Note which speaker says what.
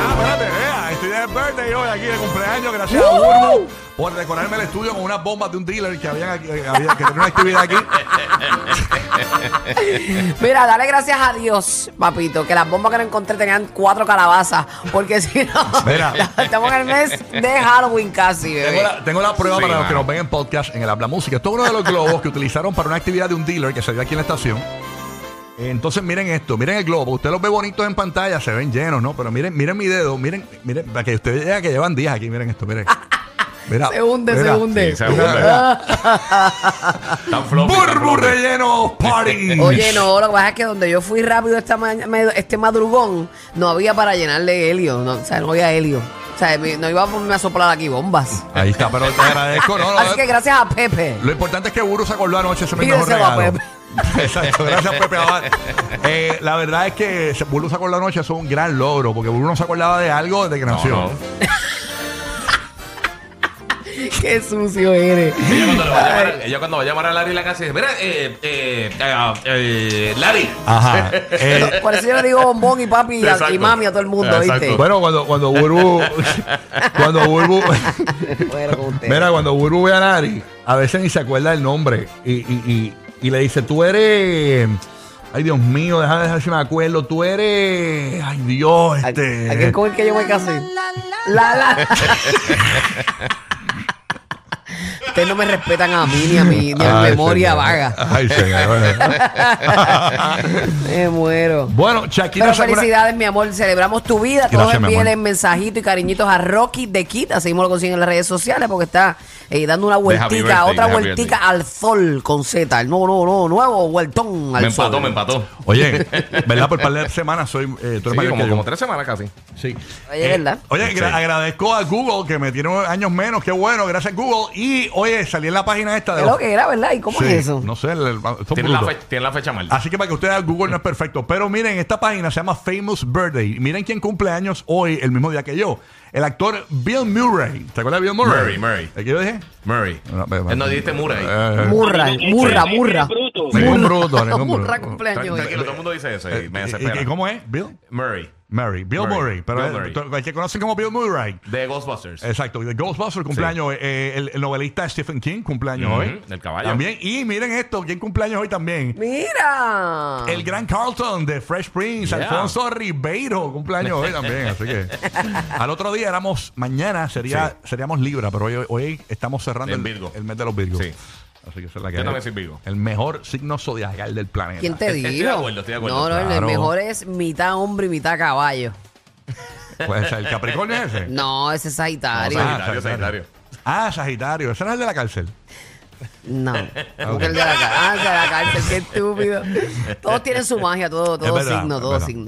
Speaker 1: Ah, es birthday hoy aquí de cumpleaños. Gracias a Burbu por decorarme el estudio con unas bombas de un dealer que habían aquí, que había- que tenía una actividad aquí.
Speaker 2: Mira, dale gracias a Dios, papito, que las bombas que no encontré tenían cuatro calabazas. Porque si no,
Speaker 1: Mira.
Speaker 2: estamos en el mes de Halloween casi,
Speaker 1: Tengo
Speaker 2: bebé.
Speaker 1: la, tengo la prueba
Speaker 3: Sí,
Speaker 1: para los
Speaker 3: mano.
Speaker 1: que nos ven en podcast en el Habla Música. Esto es uno de los globos que utilizaron para una actividad de un dealer que se dio aquí en la estación. Entonces miren esto, miren el globo. Usted los ve bonitos en pantalla, se ven llenos, ¿no? Pero miren, miren mi dedo, miren, miren, para que ustedes vean que llevan 10 aquí, miren esto, miren. Mira,
Speaker 2: Se hunde, se
Speaker 1: mira. Ah,
Speaker 2: hunde.
Speaker 3: Sí, se hunde. Tan floppy, tan
Speaker 1: Burbu
Speaker 3: floppy.
Speaker 1: relleno party.
Speaker 2: Oye, no, lo que pasa es que donde yo fui rápido esta ma- me- este madrugón, no había para llenarle helio. No, o sea, no había helio. O sea, me- no iba a ponerme a soplar aquí bombas.
Speaker 1: Ahí está, pero te agradezco, no, no,
Speaker 2: Así que gracias a Pepe.
Speaker 1: Lo importante es que Buru se acordó anoche, ese fue el mejor
Speaker 2: Pídeselo a
Speaker 1: regalo.
Speaker 2: pues.
Speaker 1: Exacto, gracias Pepe Abad. Eh, la verdad es que se- Buru se acordó anoche, eso es un gran logro, porque Buru no se acordaba de algo desde que
Speaker 3: No,
Speaker 1: nació.
Speaker 3: no.
Speaker 2: Qué sucio eres.
Speaker 3: Ella cuando, lo va a llamar- ella cuando va a llamar a Larry en la casa dice, mira, eh, eh, eh, eh, Larry.
Speaker 1: Ajá. Eh,
Speaker 2: Por eso yo le digo bombón y papi y, a- y
Speaker 3: Exacto.
Speaker 2: mami a todo el mundo,
Speaker 3: Exacto.
Speaker 2: ¿viste?
Speaker 1: bueno, cuando, cuando Buru. cuando Buru.
Speaker 2: Bueno, con ustedes.
Speaker 1: mira, cuando Buru ve a Nari, a veces ni se acuerda del nombre. Y, y, y, y le dice, tú eres. Ay, Dios mío, déjame ver si me acuerdo. Tú eres. Ay, Dios,
Speaker 2: Aqu-
Speaker 1: este.
Speaker 2: Aquel con el que yo me casé. La la. Ustedes no me respetan a mí ni a mi, ni a mi
Speaker 1: Ay,
Speaker 2: memoria
Speaker 1: señor.
Speaker 2: vaga.
Speaker 1: Ay, señor. bueno.
Speaker 2: Me muero.
Speaker 1: Bueno, Shakira
Speaker 2: Pero
Speaker 1: sacó una-
Speaker 2: felicidades, mi amor. Celebramos tu vida. Todos
Speaker 1: Gracias, mi
Speaker 2: envíen
Speaker 1: amor.
Speaker 2: mensajitos y cariñitos a Rocky de Quita. Seguimos lo consiguen en las redes sociales porque está eh, dando una
Speaker 3: happy
Speaker 2: vueltica,
Speaker 3: birthday,
Speaker 2: otra
Speaker 3: de happy
Speaker 2: vueltica al sol con Z. El nuevo, nuevo, nuevo, nuevo vueltón al
Speaker 3: Me
Speaker 2: sol.
Speaker 3: empató, me empató.
Speaker 1: Oye, ¿verdad? Por un par de semanas soy. Eh, tú eres
Speaker 3: Sí,
Speaker 1: mayor
Speaker 3: como,
Speaker 1: que yo.
Speaker 3: como tres semanas casi.
Speaker 1: Sí. Eh,
Speaker 2: Oye, ¿verdad?
Speaker 1: Oye, gra-
Speaker 3: Sí.
Speaker 1: agradezco a Google que me tiene unos años menos. Qué bueno, gracias Google. Y oye, salí en la página esta de.
Speaker 2: Es lo que era, ¿verdad? ¿Y cómo
Speaker 1: Sí,
Speaker 2: es eso?
Speaker 1: No sé, el- el- son
Speaker 3: Tiene la,
Speaker 1: brutos.
Speaker 3: fecha, tiene la fecha mal.
Speaker 1: Así que para que ustedes vean, Google no es perfecto. Pero miren, esta página se llama Famous Birthday. Miren quién cumple años hoy, el mismo día que yo. El actor Bill Murray. ¿Te acuerdas de Bill Murray?
Speaker 3: Murray, Murray.
Speaker 1: ¿El que yo dije?
Speaker 3: Murray.
Speaker 1: No, pero-
Speaker 3: Él no dijiste Murray.
Speaker 1: Eh,
Speaker 2: Murra, murra, murra.
Speaker 4: Bruto.
Speaker 1: ningún bruto, ningún
Speaker 2: Murra
Speaker 1: bruto.
Speaker 2: cumpleaños. eh.
Speaker 3: Tranquilo, todo el mundo dice eso y me
Speaker 1: ¿Y,
Speaker 3: desespera.
Speaker 1: Eh, y cómo es? Bill?
Speaker 3: Murray.
Speaker 1: Murray, Bill Murray,
Speaker 3: Murray.
Speaker 1: pero
Speaker 3: Bill
Speaker 1: el-
Speaker 3: Murray.
Speaker 1: to- el que conocen como Bill Murray.
Speaker 3: De Ghostbusters.
Speaker 1: Exacto, y de Ghostbusters cumpleaños, eh, el, el novelista Stephen King cumpleaños
Speaker 3: Ujú,
Speaker 1: hoy.
Speaker 3: el caballo.
Speaker 1: También, y miren esto, ¿quién cumpleaños hoy también?
Speaker 2: Mira.
Speaker 1: El gran Carlton de Fresh Prince,
Speaker 3: Ah. Yeah.
Speaker 1: Alfonso Ribeiro, cumpleaños hoy también. Así que al otro día éramos, mañana sería, seríamos Libra, pero hoy, hoy estamos cerrando
Speaker 3: En
Speaker 1: el,
Speaker 3: Virgo.
Speaker 1: el mes de los Virgos.
Speaker 3: Sí.
Speaker 1: Así que esa es la que
Speaker 3: Yo
Speaker 1: hay.
Speaker 3: también soy Virgo.
Speaker 1: El mejor signo zodiacal del planeta.
Speaker 2: ¿Quién te dijo?
Speaker 3: Estoy de acuerdo, estoy de acuerdo.
Speaker 2: No, no, el- el
Speaker 1: Claro.
Speaker 2: mejor es mitad hombre y mitad caballo.
Speaker 1: Pues, ¿El Capricornio es ese?
Speaker 2: No, ese es Sagitario.
Speaker 3: No, Sagitario, Sagitario.
Speaker 1: Ah, Sagitario. Ese no es el de la cárcel.
Speaker 2: No. Como que el de la cárcel. Ah, el de la cárcel, qué estúpido. Todos tienen su magia, todo, todo
Speaker 1: verdad,
Speaker 2: signo,
Speaker 1: es
Speaker 2: todo
Speaker 1: verdad.
Speaker 2: signo.